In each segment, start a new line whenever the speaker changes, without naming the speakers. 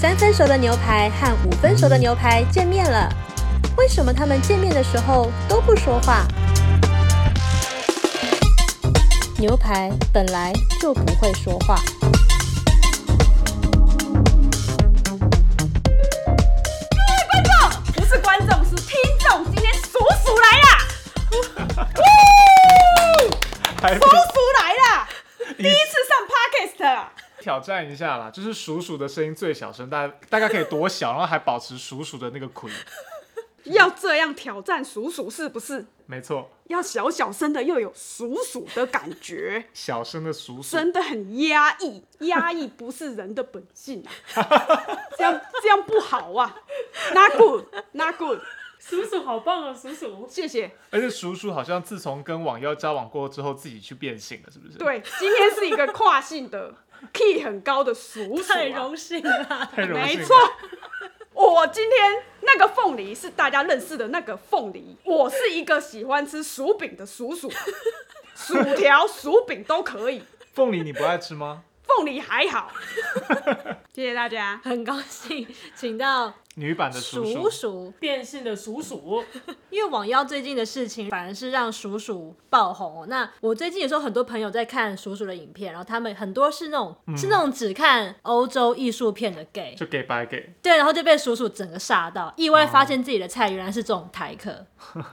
分熟的牛排和五分熟的牛排见面了，为什么他们见面的时候都不说话？牛排本来就不会说话。
不是观众，是听众。今天叔叔来啦，
还
叔叔来啦，
第
第一次上 podcast 啊。
挑战一下啦，就是鼠鼠的声音最小声，大大概可以多小，然后还保持鼠鼠的那个魁，
要这样挑战叔叔是不是？
没错，
要小小声的，又有叔叔的感 觉，
小声的鼠鼠。
真的很压抑。压抑不是人的本性 啊，这样这样不好啊。Not good，not good。
叔叔好棒哦，叔叔。
谢谢。
而且鼠鼠好像自从跟网妖交往过之后，自己去变性了，是不是？，
对，今天是一个跨性的 key 很高的叔叔、啊，
太荣幸了，
太荣幸
没
了
错。，我今天那个凤梨是大家认识的那个凤梨。我是一个喜欢吃薯饼的鼠鼠，薯条、薯饼都可以，
凤梨你不爱吃吗？
凤梨还好。 谢谢大家。
很高兴请到
女版的鼠
鼠
鼠，
鼠，
变性的叔叔，
因为网妖最近的事情反而是让鼠鼠爆红、哦。那我最近有时候很多朋友在看鼠鼠的影片，然后他们很多是那种、是那种只看欧洲艺术片的 gay，
就给白给，
对，然后就被鼠鼠整个吓到，意外
哦
发现自己的菜原来是这种台客，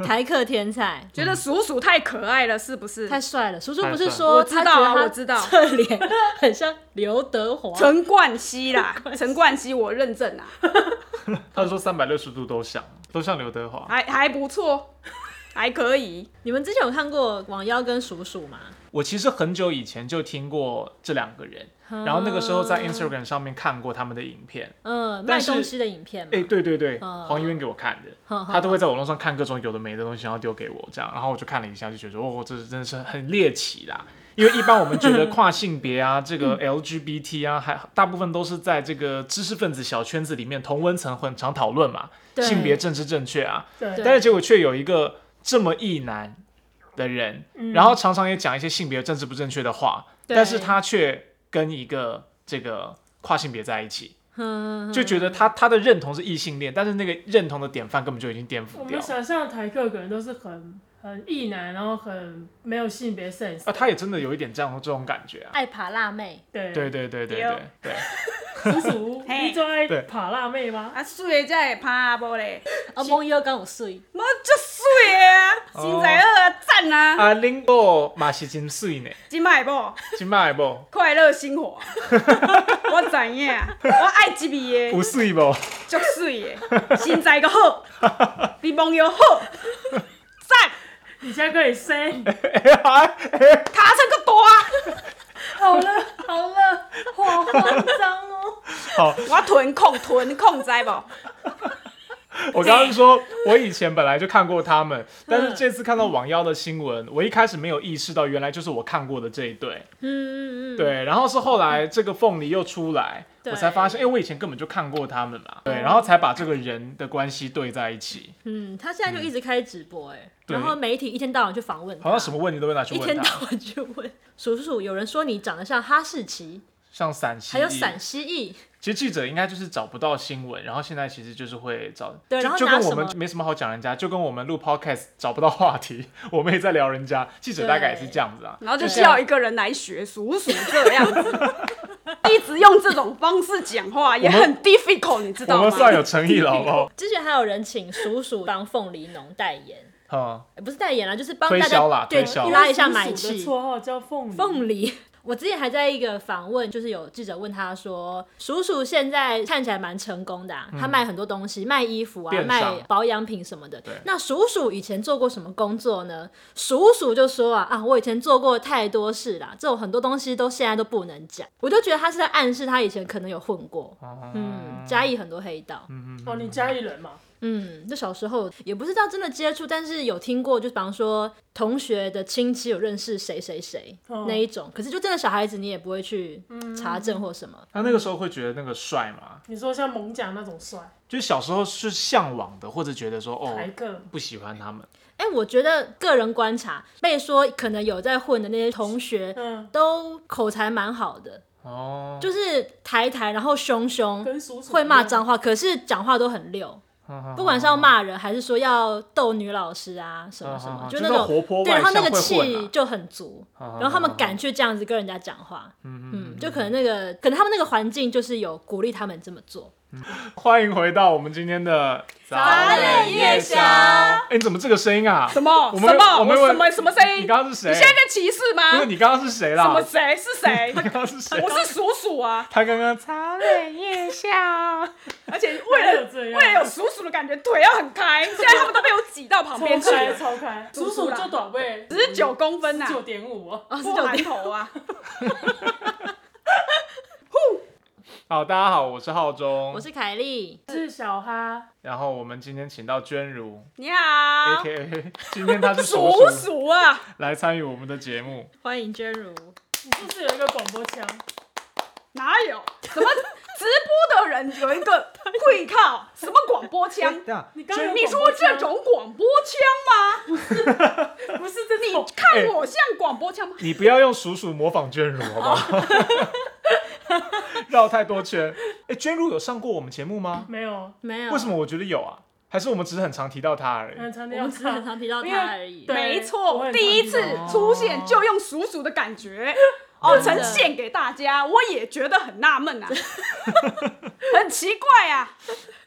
台客天才。
觉得鼠鼠太可爱了，是不是？
太帅了！叔叔
太
不是
帅了
说
我知
他
道
觉
啊
得他
我知道
这 脸很像刘德华，
陈冠 希啦，陈冠希我认证啊啦，
他说三百六十度都像，都像刘德华。
还还不错，还可以。
你们之前有看过网妖跟鼠鼠吗？
我其实很久以前就听过这两个人，
啊
然后那个时候在 Instagram 上面看过他们的影片。
嗯，卖
但是
东西的影片嘛。
哎、对对对，
嗯
黄一渊给我看的，
哼哼
他都会在网络上看各种有的没的东西，然后丢给我这样，然后我就看了一下，就觉得哦，这真的是很猎奇啦。因为一般我们觉得跨性别啊，这
嗯
个 LGBT 啊，还大部分都是在这个知识分子小圈子里面同温层很常讨论嘛，
对
性别政治正确啊，
对
但是结果却有一个这么异男的人，然后常常也讲一些性别政治不正确的
嗯
话，
对
但是他却跟一个这个跨性别在一起，
嗯，
就觉得他他的认同是异性恋，但是那个认同的典范根本就已经颠
我
覆掉
们
了。
想象的台客可能都是很很异男，然后很没有性别 sense。
啊，他也真的有一点这样这种感觉啊。
爱爬辣妹，
对
对，对对对
对哦
对对，
叔叔，
嘿
你最爱
对
爬辣妹吗？
啊，水才会拍无嘞，
啊，梦又刚有睡，
我足水的啊，身材好啊，赞啊，
啊，恁某嘛是真水呢，
今摆无。
今摆无
快乐生活， 我知影，我爱一味
有
的，
水无？
足水的，身材个 好，比网友好，赞，
你现在可以 say
哎
卡成个大，啊
好了好了，好慌张哦。
我囤控囤控，知无？
我刚刚说，我以前本来就看过他们，但是这次看到网妖的新闻，我一开始没有意识到，原来就是我看过的这一对。
嗯嗯嗯，
对，然后是后来这个凤梨又出来，
对
我才发现，哎、我以前根本就看过他们嘛。对，然后才把这个人的关系对在一起，
嗯，他现在就一直开直播哎，
对
然后媒体一天到晚去访问他，
好像什么问啊题都会拿去
一天
问
到
他，
晚去问 叔叔，有人说你长得像哈士奇，
像陕西，
还有陕西裔，
其实记者应该就是找不到新闻，然后现在其实就是会找，
对
就
然后
就
拿
跟我
什么
们没什么好讲人家，就跟我们录 podcast 找不到话题，我们也在聊人家，记者大概也是这样 子啊。
然后就需要一个人来学数数这样子， 一直用这种方式讲话也很 difficult，你知
我
啊
道
们啊算
吗？
有诚意了，好 不好？
之前还有人请叔叔帮凤梨农代言，
嗯，
呃不是代言啦，就是帮
推
大
销啦
家对
推销
拉一下买
叔
气
叔的。绰号叫凤梨
凤梨。我之前还在一个访问，就是有记者问他说：“鼠鼠现在看起来蛮成功的、啊，他卖很多东西，卖衣服啊，
嗯电商
卖保养品什么的
对。
那鼠鼠以前做过什么工作呢？”鼠鼠就说：“啊啊，我以前做过太多事啦，这种很多东西都现在都不能讲。”我就觉得他是在暗示他以前可能有混过，
哦
嗯，嘉义很多黑道，
哦，你家里人嘛？
嗯，就小时候也不知道真的接触，但是有听过，就比方说同学的亲戚有认识谁谁谁、
哦
那一种，可是就真的小孩子你也不会去
嗯
查证或什么。
他那个时候会觉得那个帅嘛，
你说像猛甲那种帅，
就是小时候是向往的，或者觉得说哦
台客
不喜欢他们，
哎、我觉得个人观察被说可能有在混的那些同学，
嗯，
都口才蛮好的，
哦，
就是抬抬，然后凶凶，
跟叔叔
会骂
张，
脏话，可是讲话都很溜，
哼哼
不管是要骂人还是说要逗女老师啊什么什
嗯嗯
么
嗯，
那
就是
种
活泼
对，然后那个
外向会混
气
啊
就很足，
哼哼
然后他们
哼
敢去这样子跟人家讲话，
嗯嗯
嗯，就可能那个可能他们那个环境就是有鼓励他们这么做。
欢迎回到我们今天的
早点夜宵
哎，你怎么这个声音啊？
什么
我
什
们
么
我们
我什么什么声音？
你刚刚是谁
你现在在歧视吗？
不是你刚刚是谁
啊什么
啦？
谁是 谁？
你刚刚是谁？
我是鼠鼠啊，
他刚刚
朝冷夜宵，而且为
为了
了
这样，
为了有鼠鼠的感觉，腿要很开，现在他们都被我挤到旁
超
边去
开
了，
超开，
叔
叔
叔
叔
啦
就短位
只是九公分呐、
九点五哦，
不含头啊，
好，大家好，我是浩中，
我是凯莉，
是小哈，
然后我们今天请到娟如
你好，
，A K A，今 天她是手
啊 鼠
鼠
鼠啊，
来参与我们的节目。
欢迎娟如。
你是不是有一个广播腔？
哪有？怎么直播的人有一个会靠什么广播腔？
样，
你刚刚有
你
广播
说
腔
这种广播腔吗？
不是这种，
看我像广播腔吗？
你不要用鼠鼠模仿娟如，好不好？
啊
绕太多圈。哎、娟如有上过我们节目吗？
没有，
没有，
为什么？我觉得有啊？还是我们只是很常提到她而已？
嗯，常
我们只是很常提到
因为
他而已。
对
没
我
错，
很
第一次
常
出现就用鼠哦鼠的感 觉，哦，呈现给大家，我也觉得很纳 闷啊，很奇怪啊，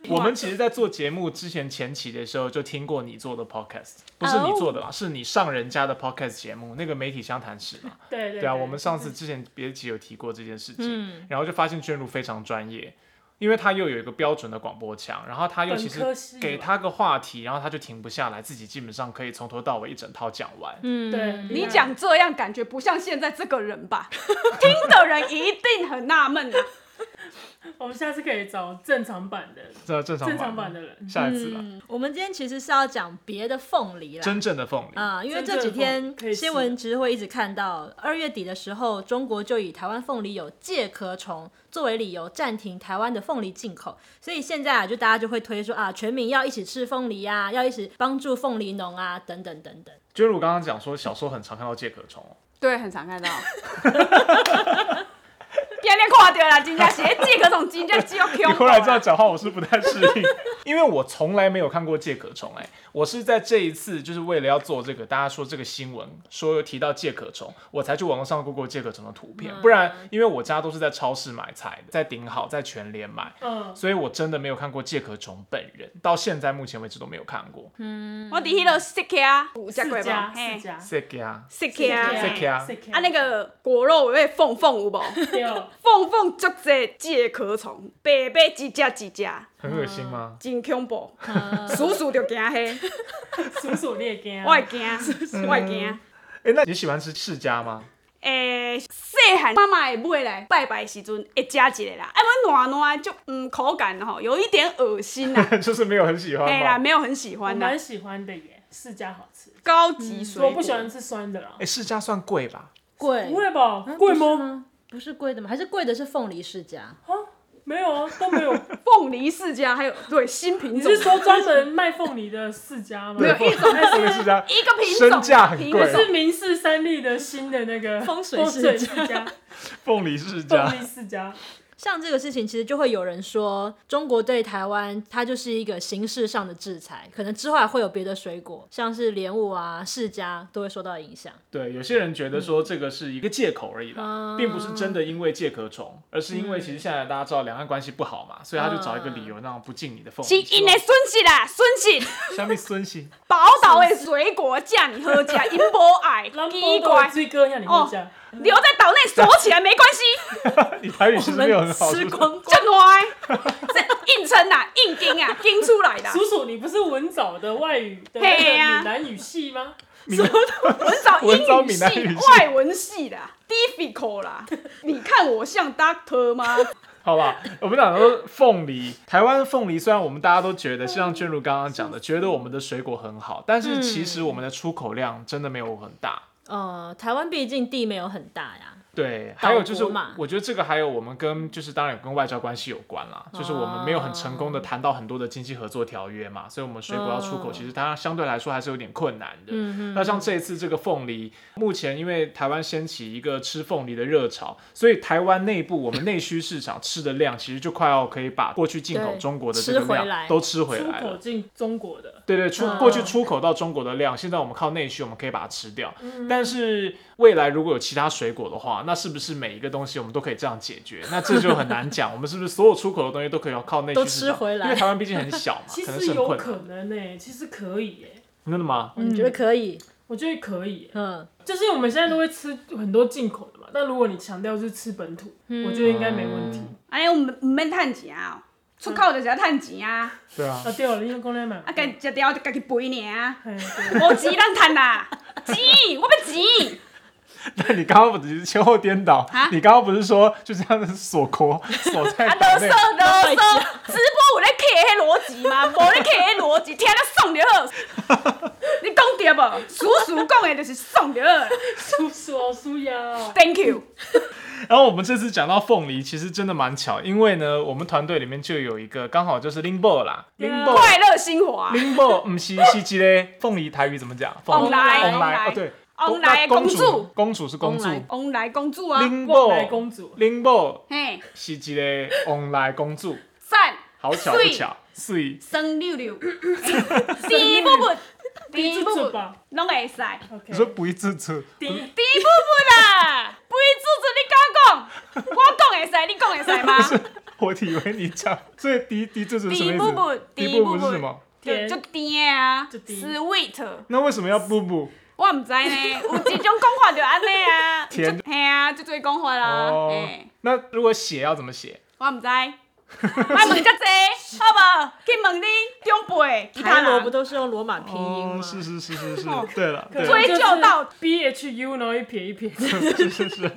我们其实，在做节目之前前期的时候，就听过你做的 podcast，不是
哦
你做的啦是你上人家的 podcast 节目，那个媒体相谈室嘛。
对对
对啊，我们上次之前别集有提过这件事情，
嗯
然后就发现娟如非常专业，因为她又有一个标准的广播腔，然后她又其
本科
实
系
给
嘛
她个话题，然后她就停不下来，自己基本上可以从头到尾一整套讲完。
嗯，
对
你讲这样感觉不像现在这个人吧？听的人一定很纳闷啊。
我们下次可以找正常版的
这正常
正
版
常版的人，
下一次吧，
嗯我们今天其实是要讲别的凤梨啦，
真正的凤梨。
啊，因为
真
这几
正的
天
凤可以吃
新闻其实会一直看到，二月底的时候，中国就以台湾凤梨有介壳虫作为理由暂停台湾的凤梨进口，所以现在啊，就大家就会推说啊，全民要一起吃凤梨啊，要一起帮助凤梨农啊，等等等等。
娟如刚刚讲说，小时候很常看到介壳虫哦，
对，很常 看到。今天看到啦，真正是哎这个种真正只有
你
恐啊
忽然这样讲话，我是不太适应， 因为我从来没有看过介壳虫。哎，我是在这一次就是为了要做这个，大家说这个新闻说有提到介壳虫，我才去网络上 google 介壳虫的图片。不然，因为我家都是在超市买菜的，在顶好，在全联买。
嗯，
所以我真的没有看过介壳虫本人，到现在目前为止都没有看过。
我伫迄落 s i c k 啊，有食过无？
世家世
嘿
家
s i k 啊，
s i c k 啊，
世
嘿
家啊
啊那个果肉有缝缝有无？
个
缝缝足济介壳虫，白白一只一只，
很恶心吗？
真恐怖，叔叔就惊嘿，
叔叔你也惊啊，
我会惊，我会惊。
哎、那你喜欢吃世家吗？
诶，细汉妈妈会买来拜拜的时阵会食一个啦，啊，我软软的就嗯口感吼有一点恶心啦，
就是没有很喜欢
嘿啦，
吗？
没有很喜
我
欢啦
蛮。喜欢的耶，世家好吃，
高级水果，
我不喜欢吃酸的啦
哎、，世家算贵吧？
贵
不会吧？
啊
贵吗？
吗？不是贵的吗？还是贵的是凤梨世家？
啊，没有啊，都没有。
凤梨世家，还有对新品
你
种
是，说专门卖凤梨的世家吗？
没有一种什么世家？
一个品种
身价很
品
贵哦
种
还是明氏三立的新的那个
风水
风
世家
水世家，
凤梨世家
凤。梨 世家，
像这个事情，其实就会有人说，中国对台湾它就是一个形式上的制裁，可能之后还会有别的水果，像是莲雾啊、释迦都会受到影响。
对，有些人觉得说这个是一个借口而已
嗯
啦，并不是真的因为介壳虫，而是因为其实现在大家知道两岸关系不好嘛，所以他就找一个理
嗯
由让不进你的凤
是
梨。
因的损失啦，损失
下面孙兴，
宝岛的水果叫你喝吃，因无爱，
然后
奇怪，
追哥让你
哦
回家，
留在岛内锁起来没关系，
你台语
我
其实
们
没有很好，是
吃
不是
光光，
真乖，这硬撑啦，硬筋啊，筋出来 的啊，
叔叔，你不是文藻的外语的那个
嘿呀
闽南语系 吗？
文藻
文藻
英语
闽
系
南语系、
外文系啦，difficult 啦，你看我像 doctor 吗？
好吧，我们讲说凤梨，台湾凤梨虽然我们大家都觉得，
嗯
像娟如刚刚讲的，觉得我们的水果很好，但是
嗯
其实我们的出口量真的没有很大。
呃，台湾毕竟地没有很大呀，
对，还有就是
岛国嘛，
我觉得这个还有我们跟就是当然有跟外交关系有关啦，就是我们没有很成功的谈到很多的经济合作条约嘛，所以我们水果要出
哦
口，其实它相对来说还是有点困难的。
嗯
那像这一次这个凤梨，目前因为台湾掀起一个吃凤梨的热潮，所以台湾内部我们内需市场吃的量，其实就快要可以把过去进口
对
中国的这
吃
个
回
量
来
都吃回
出
来
口
了。
进中国的，
对对，出
嗯
过去出口到中国的量，现在我们靠内需，我们可以把它吃掉。但是未来如果有其他水果的话，那是不是每一个东西我们都可以这样解决？那这就很难讲。我们是不是所有出口的东西都可以要靠内需
都
市
吃
场
回来
因为台湾毕竟很小嘛，
其
啊可能是
实
很
有
困
可
难。
能呢、欸其实可以耶、
真的吗？
你觉得可以？
我觉得可以耶、欸
嗯，
就是我们现在都会吃很多进口的嘛，但如果你强调是吃本土，
嗯
我觉得应该没问
嗯
题。
哎，我们唔免趁钱啊，出口就是要趁钱啊，
对啊，
啊对了，你讲咧嘛，
啊，家己食掉就家己赔尔，
嘿对
无钱咱趁啦， 钱我要钱，
那你刚刚不只是前后颠倒
啊？
你刚刚不是说就这样子锁国锁在
啊，
岛
啰
内
嗦？啰嗦，直播有咧 K 迄逻辑 吗？无咧 K 迄逻辑，听得爽就好。 你讲对无？叔叔讲的就是爽就好啦。
叔叔哦，叔呀哦，
Thank you。
然后我们这次讲到凤梨，其实真的蛮巧，因为呢，我们团队里面就有一个刚好就是 Limbo 啦，Limbo
快乐新华，
Limbo 唔是是一个凤梨台语怎么讲？凤
凤
梨
来
凤
凤
来
来
哦对，
凤来
公
公主，
公主是公主
凤来
翁来公主啊，
望来
，Limbo
公主，
Limbo
嘿，
是一个凤来公主，
赞，
好巧不
水
巧，水
酸溜 溜，甜不不，甜不
猪猪
不，
吧
拢会使，甜
你
，OK，
说不一致出，
第
不啊不啦，肥猪猪你敢讲？我讲会使，你讲会使吗？
我以为你讲，所以第第这是什么
甜
意
不不
思？，第
甜
不
不
不是什
不，
么？
就就甜啊
就甜
，sweet，
那为什么要不不？
我毋知呢，有即种讲法就安尼啊，
甜
就嘿啊，哎即做讲法啦，
哦
嘿，，
那如果写要怎么写？
我毋知。莫问遮济，好无？去问你长辈，其他
台罗不
人。
都是用罗马拼音吗？
哦，是是是是是，对了，对
可能
了
追究到
就是 B H U，然后一撇一撇，
是是是。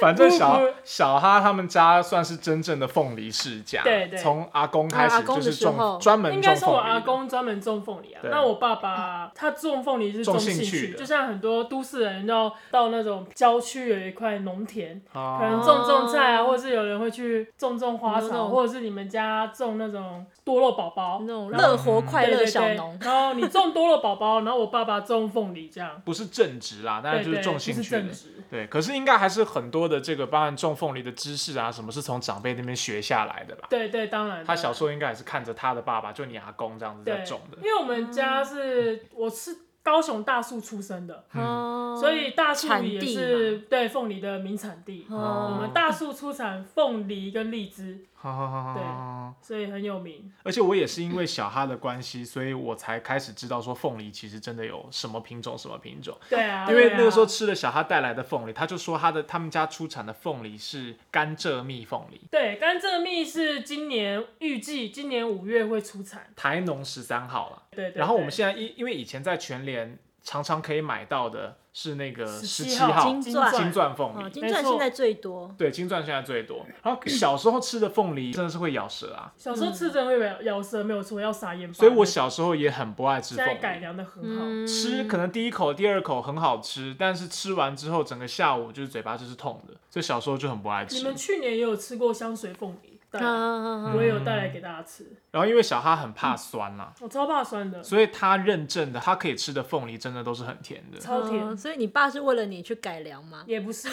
反正小
不不
小哈他们家算是真正的凤梨世家，
对对
从阿公开
啊
始
阿公
就
的
是
时候
种专门
应
种
该是我
凤
阿
梨的。
公专门种凤梨啊。
对
那我爸爸他种凤梨是
种
兴
兴趣的
就像很多都市人要到那种郊区有一块农田，可能
啊，
种种菜啊，或者是有人会去种种花
哦那
草，
种
或者是你们家种那种多肉宝宝
那。种乐活快
对
乐
对对
小农，
然后你种多肉宝宝，然后我爸爸种凤梨，这样，
不是正职啦，当然
对
就是
对，
种
不
兴
是
趣的
正。职，
对，可是应该还是很多的这个，包含种凤梨的知识啊，什么是从长辈那边学下来的啦。
对对，当然。
他小
候
时候应该也是看着他的爸爸，就你阿公这样子在种的
因。为我们家
嗯
是我是高雄大树出生的，
嗯，
哦
所以大树
产
也
地
是对凤梨的名产地。
哦
我们大树出产凤梨跟荔枝，
好好好好
对
好。
所以很有名。
而且我也是因为小哈的关系，所以我才开始知道说凤梨其实真的有什么品种什么品种。
对啊，
因为
对啊
那个时候吃了小哈带来的凤梨，他就说他的他们家出产的凤梨是甘蔗蜜凤梨，
对甘蔗蜜是今年预计今年五月会出产。
台农十三号了。
对对对。
然后我们现在因因为以前在全联常常可以买到的是那个十
17
七
号
号
金钻
金钻凤
哦，
梨。
金钻
没错
现在最多，
对，金钻现在最多。然后小时候吃的凤梨真的是会咬舌啊，
小时候吃真的会咬咬舌，没有错，要撒盐巴。
所以我小时候也很不爱吃
现
凤
在
梨。
改良的很好。
嗯，
吃可能第一口、第二口很好吃，但是吃完之后整个下午就是嘴巴就是痛的，所以小时候就很不爱
你
吃
们。去年也有吃过香水凤梨，带来
啊
我也有带来给大家吃。
然后因为小哈很怕酸啊啦、
我超怕酸的，
所以他认证的他可以吃的凤梨真的都是很甜的。
超甜
哦，所以你爸是为了你去改良吗？
也不是。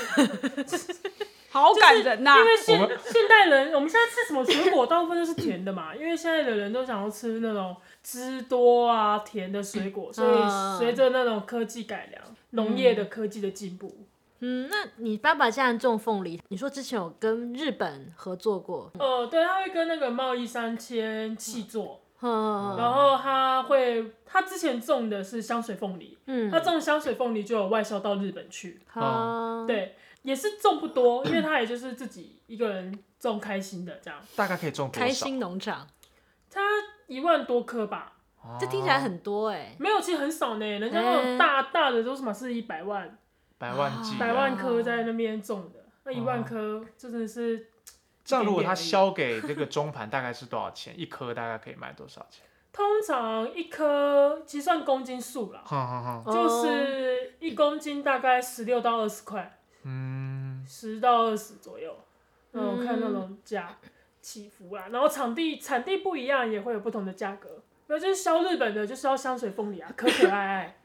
好感人呐、
因为
我们
现现代人，我们现在吃什么水果，大部分都是甜的嘛。因为现在的人都想要吃那种汁多啊、甜的水果，所以随着那种科技改良、农业的科技的进步，
嗯，那你爸爸现在种凤梨，你说之前有跟日本合作过，
呃，对，他会跟那个贸易商签契作，
嗯
然后他会，他之前种的是香水凤梨，
嗯
他种香水凤梨就有外销到日本去，
好，
嗯对，也是种不多，因为他也就是自己一个人种开心的这样，
大概可以种多少？
开心农场，
他一万多颗吧，
哦
这听起来很多哎，
没有，其实很少呢。人家那种大大的都是嘛，是一百万、
百万计啊、
百万颗在那边种的，那一万颗就真的是
这样如果他销给这个中盘大概是多少钱？一颗大概可以卖多少 钱？
通常一颗其实算公斤数啦，
哼哼
哦
哼，
就是一公斤大概十六到二十块。
嗯，
十到二十左右，然后看那种价起伏啦，然后场地产地不一样也会有不同的价格，那就是削日本的就是要香水凤梨啊，可可爱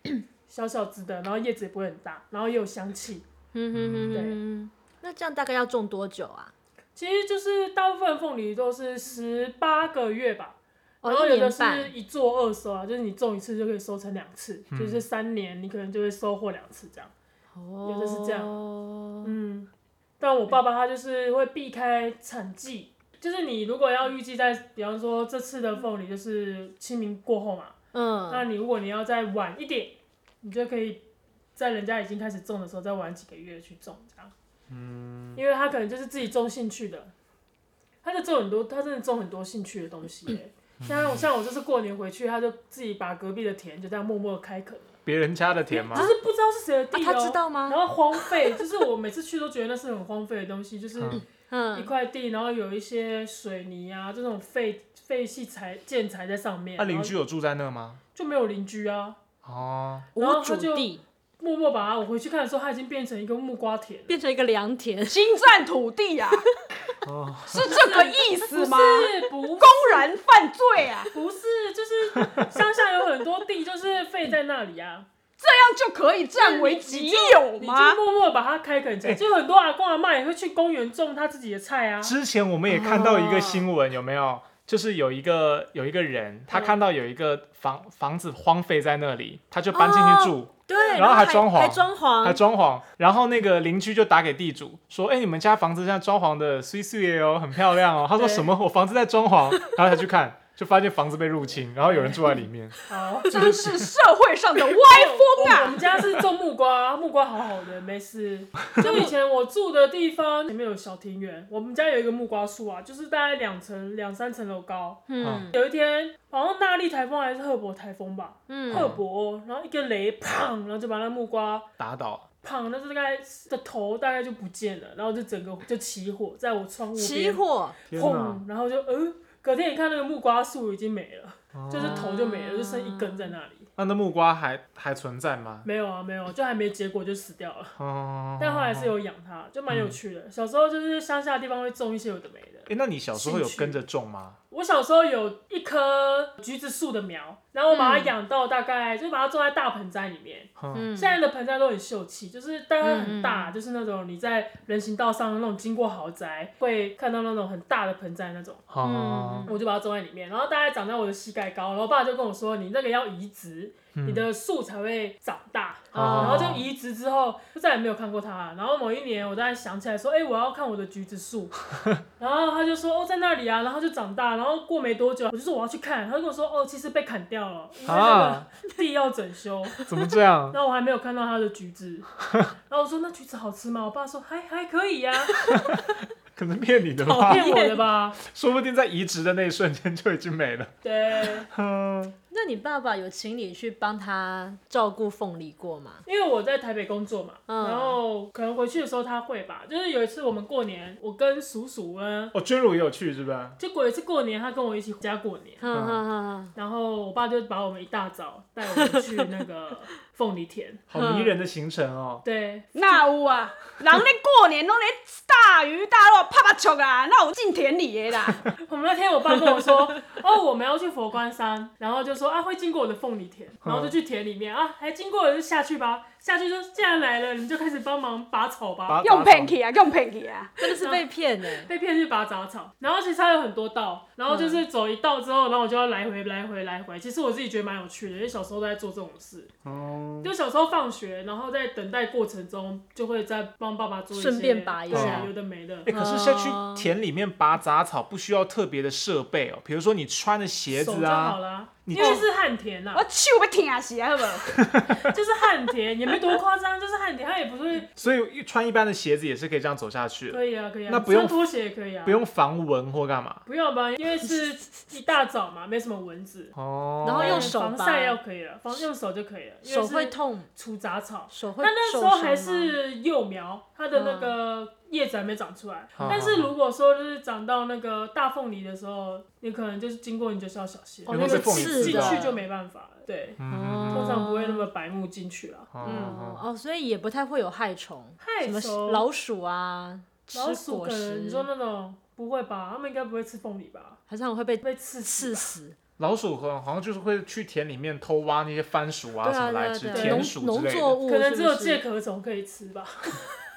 爱，小小只的，然后叶子也不会很大，然后也有香气。
嗯哼哼哼，那这样大概要种多久啊？
其实就是大部分凤梨都是十八个月吧，
哦，
然后
一
有的
年
是
半，
一做二收啊，就是你种一次就可以收成两次，就是三年你可能就会收获两次这样。
有
的是这样
样，
嗯，但我爸爸他就是会避开产季，就是你如果要预计在，比方说这次的凤梨就是清明过后嘛，那
嗯，
你如果你要再晚一点，你就可以在人家已经开始种的时候再晚几个月去种这样。嗯，因为他可能就是自己种兴趣的，他就种很多，他真的种很多兴趣的东西耶、
嗯
像像我这次过年回去，他就自己把隔壁的田就这样默默的开 垦了，
别人家的田吗
就？是不知道是谁的地、
啊
哦
他知道吗
然后荒废， 就是我每次去都觉得那是很荒废的东西，就是
嗯
一
嗯，
块地，然后有一些水泥啊这种废废弃材建材在上面，
那啊邻
然
居
后
有住在那吗？
就没有邻居啊。
哦，
无
然后他
主
就
地
默默把它，我回去看的时候，它已经变成一个木瓜田了。
变成一个良田，
侵占土地呀、
哦
是这个意
不
思吗？
是，不
公然犯罪啊，
不是，就是乡下有很多地就是废在那里啊，
这样就可以占为己有
你就
吗？
默默把它开垦
哎
起来。就很多阿公阿妈也会去公园种他自己的菜啊。
之前我们也看到一个新闻，有没有？就是有一个有一个人，他看到有一个房房子荒废在那里，他就搬进去住，
对，
然
然
后还装潢
还装
还
潢，
装潢。然后那个邻居就打给地主说：“哎，你们家房子现在装潢的碎碎哦，很漂亮哦。”他说：“
对
什么？我房子在装潢？”然后他去看，就发现房子被入侵，然后有人住在里 面。
好，
真是社会上的歪风
我
啊！
们家是种木瓜，木瓜好好的，没事。就以前我住的地方前面有小庭园，我们家有一个木瓜树啊，就是大概两层两三层楼高。
嗯
有一天，好像纳莉台风还是赫伯台风吧，赫
嗯，
伯，然后一个雷，砰，然后就把那木瓜，
打倒，
砰，那大概的头大概就不见了，然后就整个就起火，在我窗户边
起，火，
天哪！
砰，然后就呃，隔天一看那个木瓜树已经没了，
哦
就是头就没了，就剩一根在那里。
那那木瓜还还存在吗？
没有啊，没有，就还没结果就死掉了。
哦，
但后来是有养它，就蛮有趣的。小时候就是乡下的地方会种一些有的没的。
哎，那你小时候有
兴趣
跟着种吗？
我小时候有一棵橘子树的苗，然后我把它养到大概，就把它种在大盆栽里面。
嗯，
嗯
现，在的盆栽都很秀气，就是但它很大，就是那种你在人行道上那种经过豪宅会看到那种很大的盆栽那种，
哦，
我就把它种在里面，然后大概长在我的膝盖高，然后我爸就跟我说，你那个要移植，你的树才会长大，
嗯哦
然后就移植之后就再也没有看过它。然后某一年我突然想起来说，哎、我要看我的橘子树， 然后他就说哦在那里啊，然后就长大，然后过没多久我就说我要去看，他就跟我说哦其实被砍掉了，因为那
啊
个地要整修。
怎么这样？
然后我还没有看到他的橘子，然后我说那橘子好吃吗？我爸说还还可以呀、
可能骗你的吧
啊，，骗我的吧？
说不定在移植的那一瞬间就已经没了。
对，
那你爸爸有请你去帮他照顾凤梨过吗？
因为我在台北工作嘛，
嗯
然后可能回去的时候他会吧，就是有一次我们过年，我跟叔叔呢，
哦，娟如也有去是吧？
结果有一次过年他跟我一起回家过年，
嗯
哈哈哈，
然后我爸就把我们一大早带我们去那个凤梨田，
好迷人的行程哦。
对，
那有啊，人咧过年拢咧大鱼大肉拍拍球啊，那有进田里的 啦。
我们那天我爸跟我说， 哦，我们要去佛光山，然后就说啊，会经过我的凤梨
嗯
田，然后就去田里面啊，还经过了就下去吧，下去就既然来了，你们就开始帮忙拔草吧，
拔
用骗去啊，用骗去啊！
真的是被骗哎，
被骗去拔杂草，然后其实它有很多道，然后
嗯
就是走一道之后，然后我就要来回来回来回，其实我自己觉得蛮有趣的，因为小时候都在做这种事，
哦，
就小时候放学，然后在等待过程中就会再帮爸爸做一些
顺便拔一
对
下
有的没的
哎，。可是下去
哦
田里面拔杂草不需要特别的设备哦，比如说你穿的鞋
手
子
就好
啊，
了啊，
你
因为是旱田呐、
我手要疼死啊，好 无？
就是旱田，也没多夸张，就是旱田，它也不是
所以穿一般的鞋子也是可以这样走下去的，
可以啊，可以啊，
那不用
穿拖鞋也可以啊，
不用防蚊或干嘛。
不用吧，因为是一大早嘛，没什么蚊子，
哦，
然后 用手
防
拔
晒要可以了，防用手就可以了，因为
手会
是
痛，
除杂草。
手会
那那时
受
嗯
候
伤
还
吗嗯
是幼苗，它的那个叶子还没长出来。
好
但是如果说就是长到那个大凤梨的时候，你可能就是经过你就是要小心，
哦
那
那个
个进
刺
进
的
去就没办法了。对，
啊嗯
通常不会那么白目进去啦。
哦哦，所以也不太会有害虫，
害
什么
虫
老鼠啊，吃
老鼠
果
可能
实
你，说那种不会吧？他们应该不会吃凤梨吧？
好像会被
被刺
刺
吧
死。
老鼠好像好像就是会去田里面偷挖那些番薯啊
对
什
啊对
么来
啊
吃，
对啊，
田鼠
农农
之类
作
的。
物
可能
是
只
不
有
是嗯
介壳虫可以吃吧？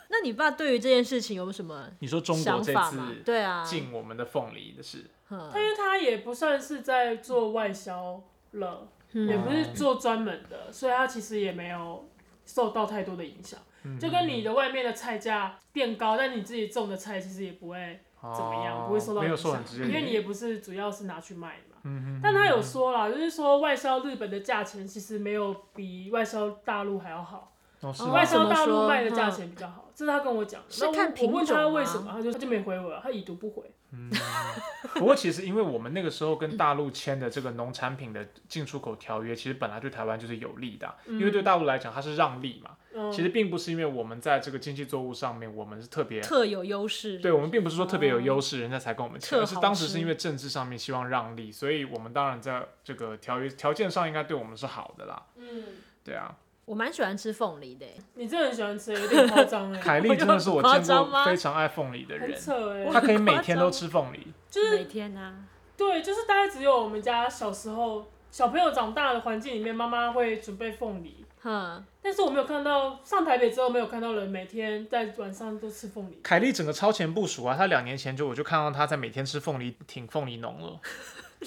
那你爸对于这件事情有什么
你说中国
想
这
法吗？
次
对啊，
进我们的凤梨的事，
嗯
但因为它也不算是在做外销了，
嗯
也不
嗯
是做专门的，所以它其实也没有受到太多的影响。
嗯
就跟你的外面的菜价变高，但你自己种的菜其实也不会
怎
怎么样，不会受
哦
到
没
影
有受
响
很，直接
因
的
为
影
你也不是主要是拿去卖嘛。
嗯
但他有说啦，就是说外销日本的价钱其实没有比外销大陆还要好，
哦是
哦
吗
外
什么
销大
说
陆卖的价
嗯
钱比较好，这是他跟我讲的。
是
那我
看品
我问他
种
为
吗
什么，他就他就没回我了，他已读不回。
不过其实因为我们那个时候
嗯
跟大陆签的这个农产品的进出口条约，其实本来对台湾就是有利的啊，
嗯
因为对大陆来讲它是让利嘛。
嗯
其实并不是因为我们在这个经济作物上面我们是特别，
特有优势。
对我们并不是说特别有优势，人家才跟我们签，
特
而是
好
当时
吃
是因为政治上面希望让利，所以我们当然在这个条约条件上应该对我们是好的啦。
嗯，
对啊，
我蛮喜欢吃凤梨的欸，
你真的很喜欢吃，有点夸 张哎，
凯莉真的是 我
夸
见
张
过
吗
非常爱凤梨的
很
人，
扯哎、
她可以每天都吃凤梨。
就是
每天啊，
对，就是大概只有我们家小时候小朋友长大的环境里面，妈妈会准备凤梨，
哼，
但是我没有看到上台北之后没有看到人每天在晚上都吃凤梨，
凯莉整个超前部署啊，她两年前就我就看到她在每天吃凤梨挺凤梨农 了，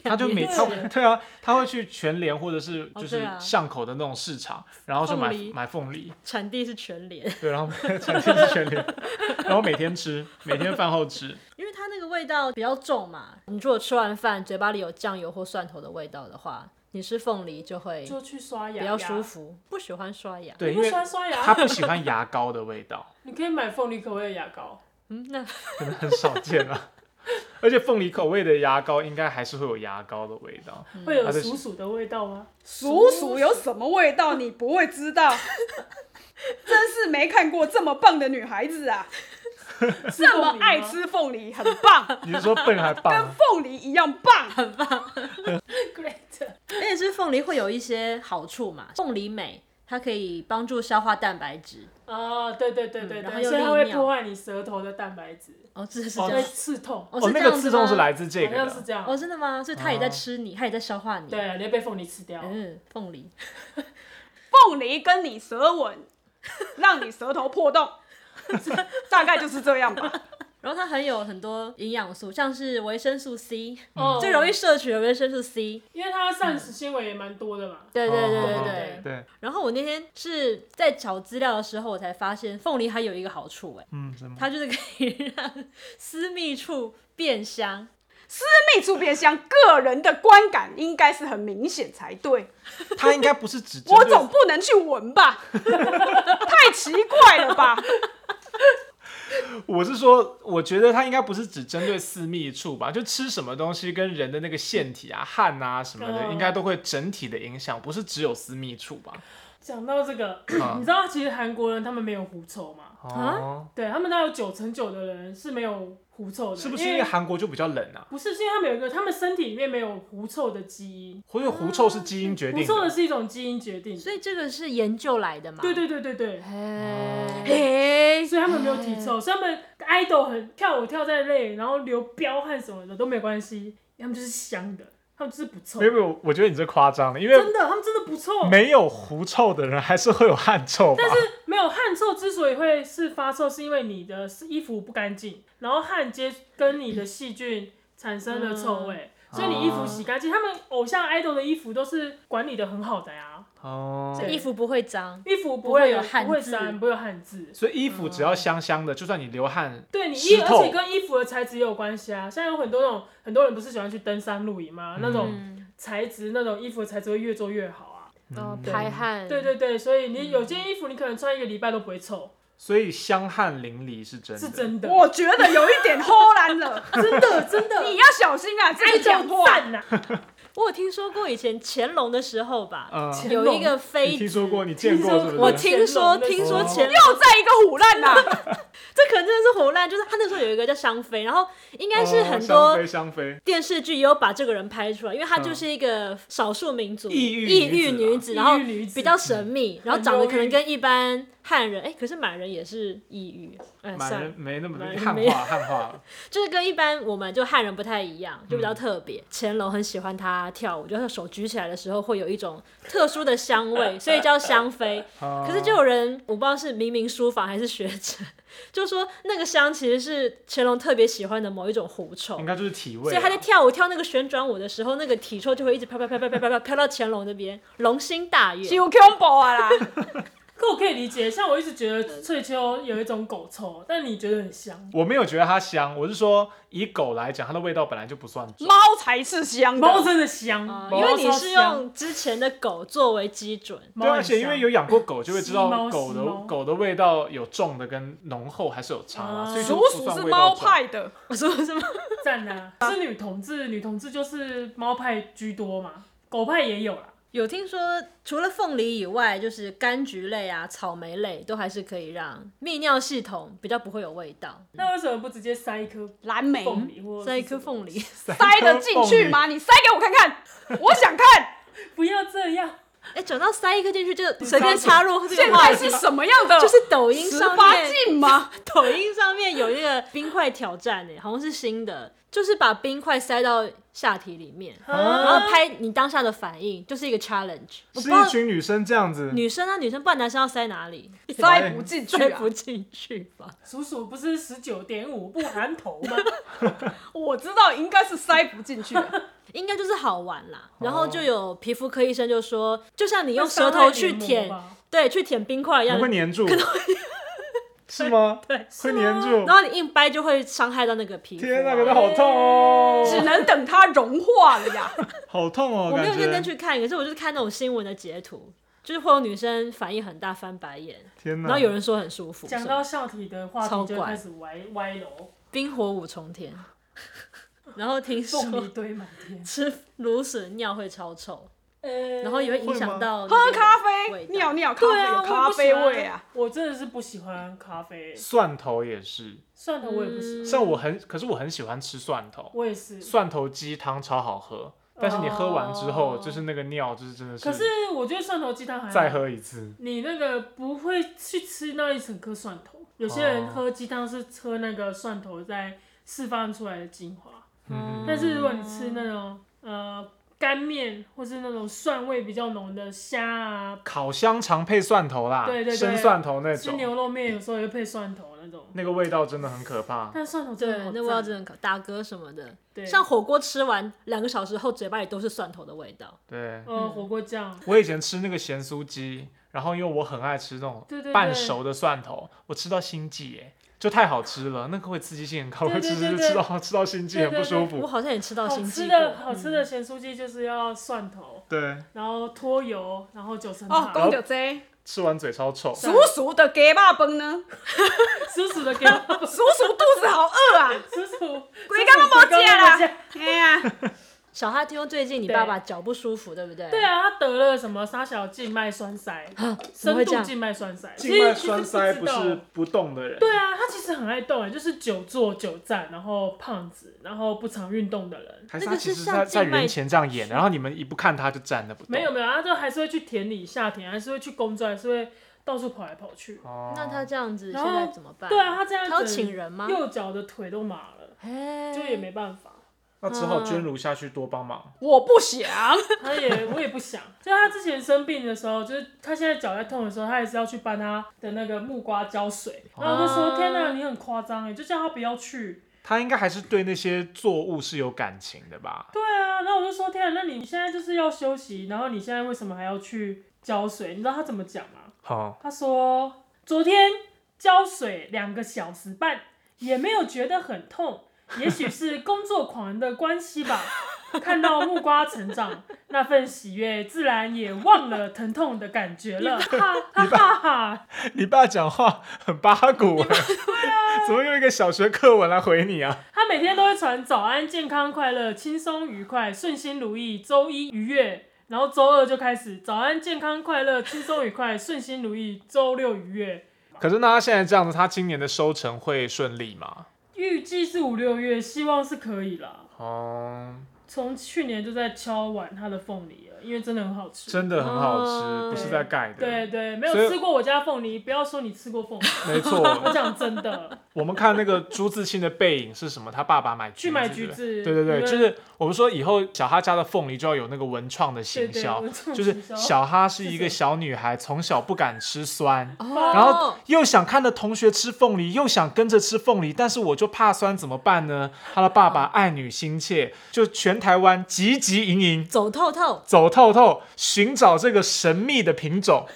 她就每
前
她对啊，她会去全联或者是
哦
就是
对啊
巷口的那种市场，然后就买
凤梨
买凤梨，
产地是全联，
对，然后 产地是全联，然后每天吃，每天饭后吃，
因为它那个味道比较重嘛。你如果吃完饭嘴巴里有酱油或蒜头的味道的话，你吃凤梨就会
就去刷牙，
比较舒。服，不喜欢刷牙。
对，
你
因
不
为
喜欢刷
啊
牙
她， 不喜欢牙膏的味道，
你可以买凤梨口味的牙膏。
嗯， 那
真的很少见啊。 而且凤梨口味的牙膏应该还是会有牙膏的味道，
会有
它就是
鼠鼠的味道吗？
鼠鼠有什么味道你不会知 道？真是没看过这么棒的女孩子啊！这
这
么爱，吃凤梨，很棒，
你是说笨还
跟
棒？
凤梨一样棒。
great。
而且吃凤梨会有一些好处嘛，凤梨美，它可以帮助消化蛋白质。
啊，对对对对
然后
对，
又
所以它
利
会
尿
破坏你舌头的蛋白质，
哦，这是
哦
这
会
样，
刺痛，
哦
哦，
是这
那
样
个
子
刺痛是
吗
来自这
好
个
像是
的，
这样。
哦，真的吗？所以它也在吃你，它也在消化你。，
对，你会被凤梨吃掉。
嗯，凤梨。
凤梨跟你舌吻， 让你舌头破洞， 大概就是这样吧。
然后它含有很多营养素，像是维生素 C，、
哦
最容易摄取的维生素 C。
因为它膳食纤维也蛮多的嘛。
对对对对
哦
对。
对，
然后我那天是在找资料的时候，我才发现凤梨还有一个好处、哎，
嗯，什么？
它就是可以让私密处变香。
蜜处变香，个人的观感应该是很明显才对。
他应该不是只针
我
对
总不能去闻吧？ 太奇怪了吧？
我是说，我觉得他应该不是只针对私密处吧，就吃什么东西跟人的那个腺体啊、汗啊什么的，
嗯
应该都会整体的影响，不是只有私密处吧？
讲到这个，
啊
你知道其实韩国人他们没有狐臭吗？
哦，
对他们大概有九成九的人是没有狐臭的，
是不是因为韩国就比较冷啊？
不是，是因为他们有一个，他们身体里面没有狐臭的基因，
或者狐臭是基因决
狐
定
臭的
的？
是一种基因决定的。
所以这个是研究来的嘛？
对对对对对，
哎。
嘿，
所以他们没有体臭，所以他们 idol 很跳舞跳在累，然后流彪汗什么的都没关系，他们就是香的，他们就是不臭
没，有没有，我觉得你这夸张了，因为
真的，他们真的不臭。
没有狐臭的人还是会有汗臭吧？
没有汗臭之所以会是发臭，是因为你的衣服不干净，然后汗接跟你的细菌产生了臭味，
嗯
所以你衣服洗干净。他们偶像 idol 的衣服都是管理的很好的呀、
哦。
衣服不会脏，
衣服不
不会
会
有
有
汗
不会
渍
沾，不会有汗渍。
所以衣服只要香香的，就算你流汗，
对你衣，
湿
而
透
且跟衣服的材质也有关系啊。现在有很多那种，很多人不是喜欢去登山露营吗？那
嗯
种材质，那种衣服的材质会越做越好啊。
然
哦嗯
后排汗，
对对对，所以
嗯
你有件衣服你可能穿一个礼拜都不会臭，
所以香汗淋漓是真的。
是真的，
我觉得有一点偷懒了，
真的真的，
你要小心啊！这
爱
个讲
就
话，
赞呐！
我有听说过以前乾隆的时候吧，
嗯
乾隆
有一个
你
妃子，
听说过，你见过是不是？
我听说
乾隆的时候
听说乾隆
又在一个虎烂呐、啊
这可能真的是胡乱，就是他那时候有一个叫香妃，然后应该是很
哦香
多
妃香妃，
电视剧也有把这个人拍出来，因为她就是一个少数民族
异域
异
女
域女
子啊
子，然后
异域女子
比较神秘，然后
很
长得
忧
可能
郁
跟一般汉人，哎，可是满人也是异域，哎，
满
算
人
了，
没那么
满人
汉
没有
化汉化，
就是跟一般我们就汉人不太一样，就比较特别。乾隆很喜欢她跳舞，就是手举起来的时候会有一种特殊的香 味，所以叫香妃。
可
可是就有人我不知道是明明书法还是学者，就说那个香其实是乾隆特别喜欢的某一种狐臭
应。该就是体味啊，
所以他在跳舞跳那个旋转舞的时候，那个体臭就会一直飘飘飘飘飘飘飘飘到乾隆那边，龙心大悦。
就恐怖啊啦！
可我可以理解，像我一直觉得翠秋有一种狗臭，但你觉得很香，
我没有觉得它香，我是说以狗来讲，它的味道本来就不算重。
猫才是香的，
猫真的香，
啊
猫
因为你
超
是
香
用之前的狗作为基准，
猫
对，
啊
很
而且因为
香
有养过狗，就会知道
吸猫
狗
吸
的
猫
狗的味道有重的跟浓厚还是有差啊，
啊
所以就
鼠
不
鼠
算
是
味道
猫
重，
派的，
我说什么？
赞啊，是女同志，女同志就是猫派居多嘛，狗派也有啦。
有听说除了凤梨以外，就是柑橘类啊、草莓类都还是可以让泌尿系统比较不会有味道。
那为什么不直接塞一颗
蓝莓
凤梨或者是
在一
什
颗
么
凤梨，
塞得进去吗？你塞给我看看，我想看
不要这样，
哎、讲到塞一颗进去就随便插入这
现
个话
在
题，
是什么样的，
就是抖音
十
上
八
面
禁吗？
抖音上面有那个冰块挑战欸诶、好像是新的，就是把冰块塞到下体里面，
啊
然后拍你当下的反应，就是一个 challenge。我不知
是
道
一群女生这样子，
女生啊，女生不然男生要塞哪里？
塞不进去
塞
啊
不！进去吧？
鼠鼠不是十九点五不含头吗？
我知道应该是塞不进去啊，
应该就是好玩啦。
哦
然后就有皮肤科医生就说，就像 你用
会
舌
伤
头
害
去
黏膜
舔，
吧
对，去舔冰块一样
不，会粘住，是吗？
对，
会粘住
然，后你硬掰就会伤害到那个皮肤、啊
天哪，感觉好痛哦，
只能等它融化了呀。
好痛哦，
我没有
感觉
认真去看，可是我就是看那种新闻的截图，就是会有女生反应很大，翻白眼，
天哪，
然后有人说很舒服。
讲
什么
到校体的话
超
题就
怪
开始歪歪楼，
冰火五重 天，然后听
凤梨
说
堆满天。
吃芦笋尿会超臭，
呃
然后也会影响到
喝咖
味
啡，
道
尿尿咖
对
啡
啊，
有
我也
咖
不喜
啡
欢
味啊。！
哎我真的是不喜欢咖啡，
蒜头也是，
蒜头我也不喜
嗯
欢，
像我很，可是我很喜欢吃蒜头，
我也是。
蒜头鸡汤超好喝，但是你喝完之后，
哦
就是那个尿，就是真的
可是我觉得蒜头鸡汤还好
再喝一次，
你那个不会去吃那一整颗蒜头，有些人
哦
喝鸡汤是喝那个蒜头再释放出来的精华，
嗯
但是如果你吃那种呃干面或是那种蒜味比较浓的虾啊，
烤香肠配蒜头啦，
对对对
生蒜头那
吃
种，
牛肉面有时候也会配蒜头那种，
那个味道真的很可怕。
但蒜头真
对
的好，
那味道
赞
真的很可打嗝什么的。
对，
像火锅吃完两个小时后，嘴巴里都是蒜头的味道。
对，
呃火锅
嗯
酱，
我以前吃那个咸酥鸡，然后因为我很爱吃那种
对对对
半熟的蒜头，我吃到心悸耶，就太好吃了，那个会刺激性很高，
对
会
对
吃
对
吃
对
吃到吃到心悸
对
很
对
不舒
我
服。
好像也吃到
好
心嗯
吃
悸
的
过。
好吃的咸酥鸡就是要蒜头，
对，
然后拖油，然后九层
哦，
塔，
讲到这，
吃完嘴超臭。
叔叔的鸡肉饭呢？
叔叔的给我，
叔叔肚子好饿啊！
叔叔，
鬼刚都没
吃
吃啦。哎呀，
小哈听说最近你
对
爸爸脚不舒服，对不对？啊
对啊，他得了什么沙小静脉栓塞，
怎么会这
深度
样
静脉栓塞。其
静脉
实其实
栓塞不
知道
是不动的人，
对啊，他其实很爱动，就是久坐久站，然后胖子，然后不常运动的人。
还是
那
他
个
其
是
实
像
在在
静脉
人前这样演的，然后你们一不看他就站着不动。
没有没有，他就还是会去田里下田，还是会去工作，还是会到处跑来跑去。
哦，
那他这样子现
然后
在怎么办？
对啊，，他这样
他要
子
请人吗
右脚的腿都麻了，
哎，
就也没办法。
那只
嗯
好捐乳下去多帮忙。
我不想，
他也我也不想，就他之前生病的时候，就是他现在脚在痛的时候，他也是要去帮他的那个木瓜浇水，然后我就说：“天哪、你很夸张哎！”就叫他不要去。
他应该还是对那些作物是有感情的吧？
对啊，然后我就说天啊，那你现在就是要休息，然后你现在为什么还要去浇水？你知道他怎么讲吗？
好，
他说昨天浇水两个小时半，也没有觉得很痛，也许是工作狂人的关系吧。 看到木瓜成长，那份喜悦自然也忘了疼痛的感觉了，哈哈哈哈！
你爸讲话很八股欸，
啊
怎么用一个小学课文来回你啊？
他每天都会传早安、健康、快乐、轻松、愉快、顺心如意，周一愉悦，然后周二就开始早安、健康、快乐、轻松、愉快、顺心如意，周六愉悦。
可是那他现在这样子，他今年的收成会顺利吗？
预计是五六月，希望是可以啦。
哦、
从去年就在敲碗它的凤梨了，因为真的很好吃。
真的很好吃，
哦
不是在盖的。
对对，没有
所以
吃过我家凤梨，不要说你吃过凤梨，
没
我
错，
讲真的，
我们看那个朱自清的背影是什么？他爸爸买
去买橘
对不对
子
对对对，
对
就是我们说以后小哈家的凤梨就要有那个文创的
对
行
对，
销
我，这种
就是
行销
小哈是一个
是什
小女孩，从小不敢吃酸，
哦
然后又想看着同学吃凤梨，又想跟着吃凤梨，但是我就怕酸，怎么办呢？她的爸爸爱女心切，就全台湾汲汲营营
走透透，
走透透，寻找这个神秘的品种。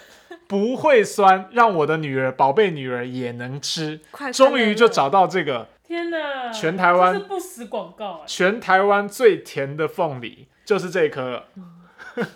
不会酸，让我的女儿、宝贝女儿也能吃。
快快
终于就
乐乐
找到这个
天哪，
全台湾
这是不实广告哎、
全台湾最甜的凤梨，就是这一颗了。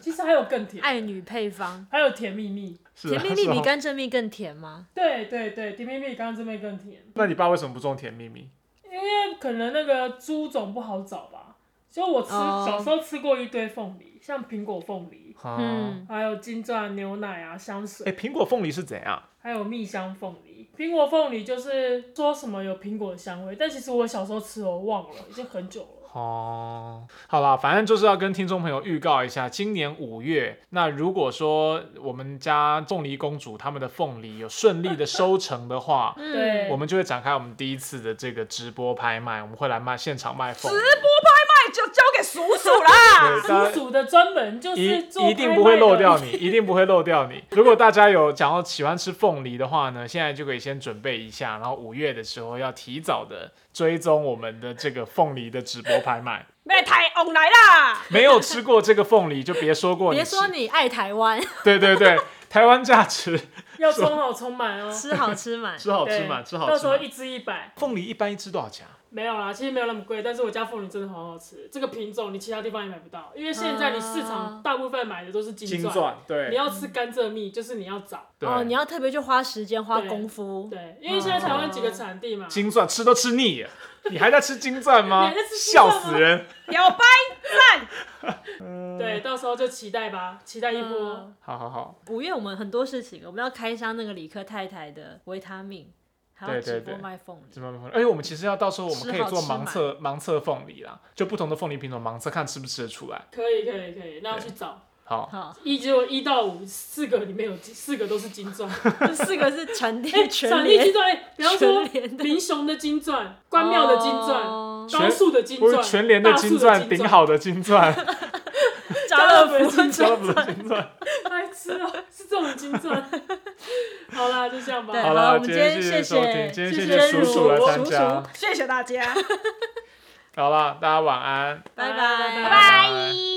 其实还有更甜，
爱女配方，
还有甜蜜蜜。
是
甜
啊
蜜蜜
是
比
啊
甘蔗蜜更甜吗？
对对对，甜蜜蜜刚刚这边更甜，
那你爸为什么不种甜蜜蜜？
因为可能那个猪种不好找吧。就我吃、
哦
小时候吃过一堆凤梨，像苹果凤梨，
嗯，
嗯，，
还有金钻牛奶啊、香水
哎，，苹果凤梨是怎样？
还有蜜香凤梨。苹果凤梨就是说什么有苹果的香味，但其实我小时候吃我忘了，已经很久了。
哦，好啦，反正就是要跟听众朋友预告一下，今年五月，那如果说我们家凤梨公主他们的凤梨有顺利的收成的话
对
我们就会展开我们第一次的这个直播拍卖，我们会来卖现场卖凤梨，
卖就交给叔叔啦。
对大家
叔叔的专门就
一
是做
一定
拍
不会
卖
漏
的
掉你，一定不会漏掉你。如果大家有想要喜欢吃凤梨的话呢，现在就可以先准备一下，然后五月的时候要提早的追踪我们的这个凤梨的直播拍卖。
卖太翁来啦！
没有吃过这个凤梨，就别说过你
别
吃
说你爱台 湾，
对对对，台湾价值
要充好充满哦，
吃好吃满，
吃好
对
吃嘛，吃好
到
吃
时候
嘛。
一支一百，
凤梨一般一只多少钱啊？
没有啦，其实没有那么贵，但是我家凤梨真的好好吃，这个品种你其他地方也买不到，因为现在你市场大部分买的都是金钻，你
对
要吃甘蔗蜜就是你要找，
对
哦，你要特别去花时间花功夫，
对，因为现在台湾几个产 地嘛，
嗯金钻吃都吃腻了，你还在吃金钻
你
吗
还在？吃金钻
笑
吗
死人！
摇摆赞，
对，到时候就期待吧，期待一波
嗯。
好好好，
五月我们很多事情，我们要开箱那个理科太太的维他命，还要
对对
直播
对
卖凤梨。
怎么怎么？而且我们其实要到时候我们可以
吃好
做
吃
盲测盲测凤梨啦，就不同的凤梨品种盲测看吃不吃得出来。
可以可以可以，那要去找。
好，
好，
一结果一到五四个里面有几四个都是金钻，
这四个是产地
哎，
全
产地金
联，
钻，哎，比方说
全联的
林雄的金钻、关庙的金钻、
哦
高速的金
不是
钻、
全联的
大树
金
金
钻，顶好的金钻，
家 乐福
金
家乐福的金钻。
白痴哦、是这种金钻。 好啦，就这样吧。
对
好
好
了，
我们
今
今
天
天
谢
谢
谢收
谢
听，今天
谢
谢
谢
叔叔来
如
参
叔
加。
谢谢大家。
好了，大家晚安。
拜拜
拜
拜
拜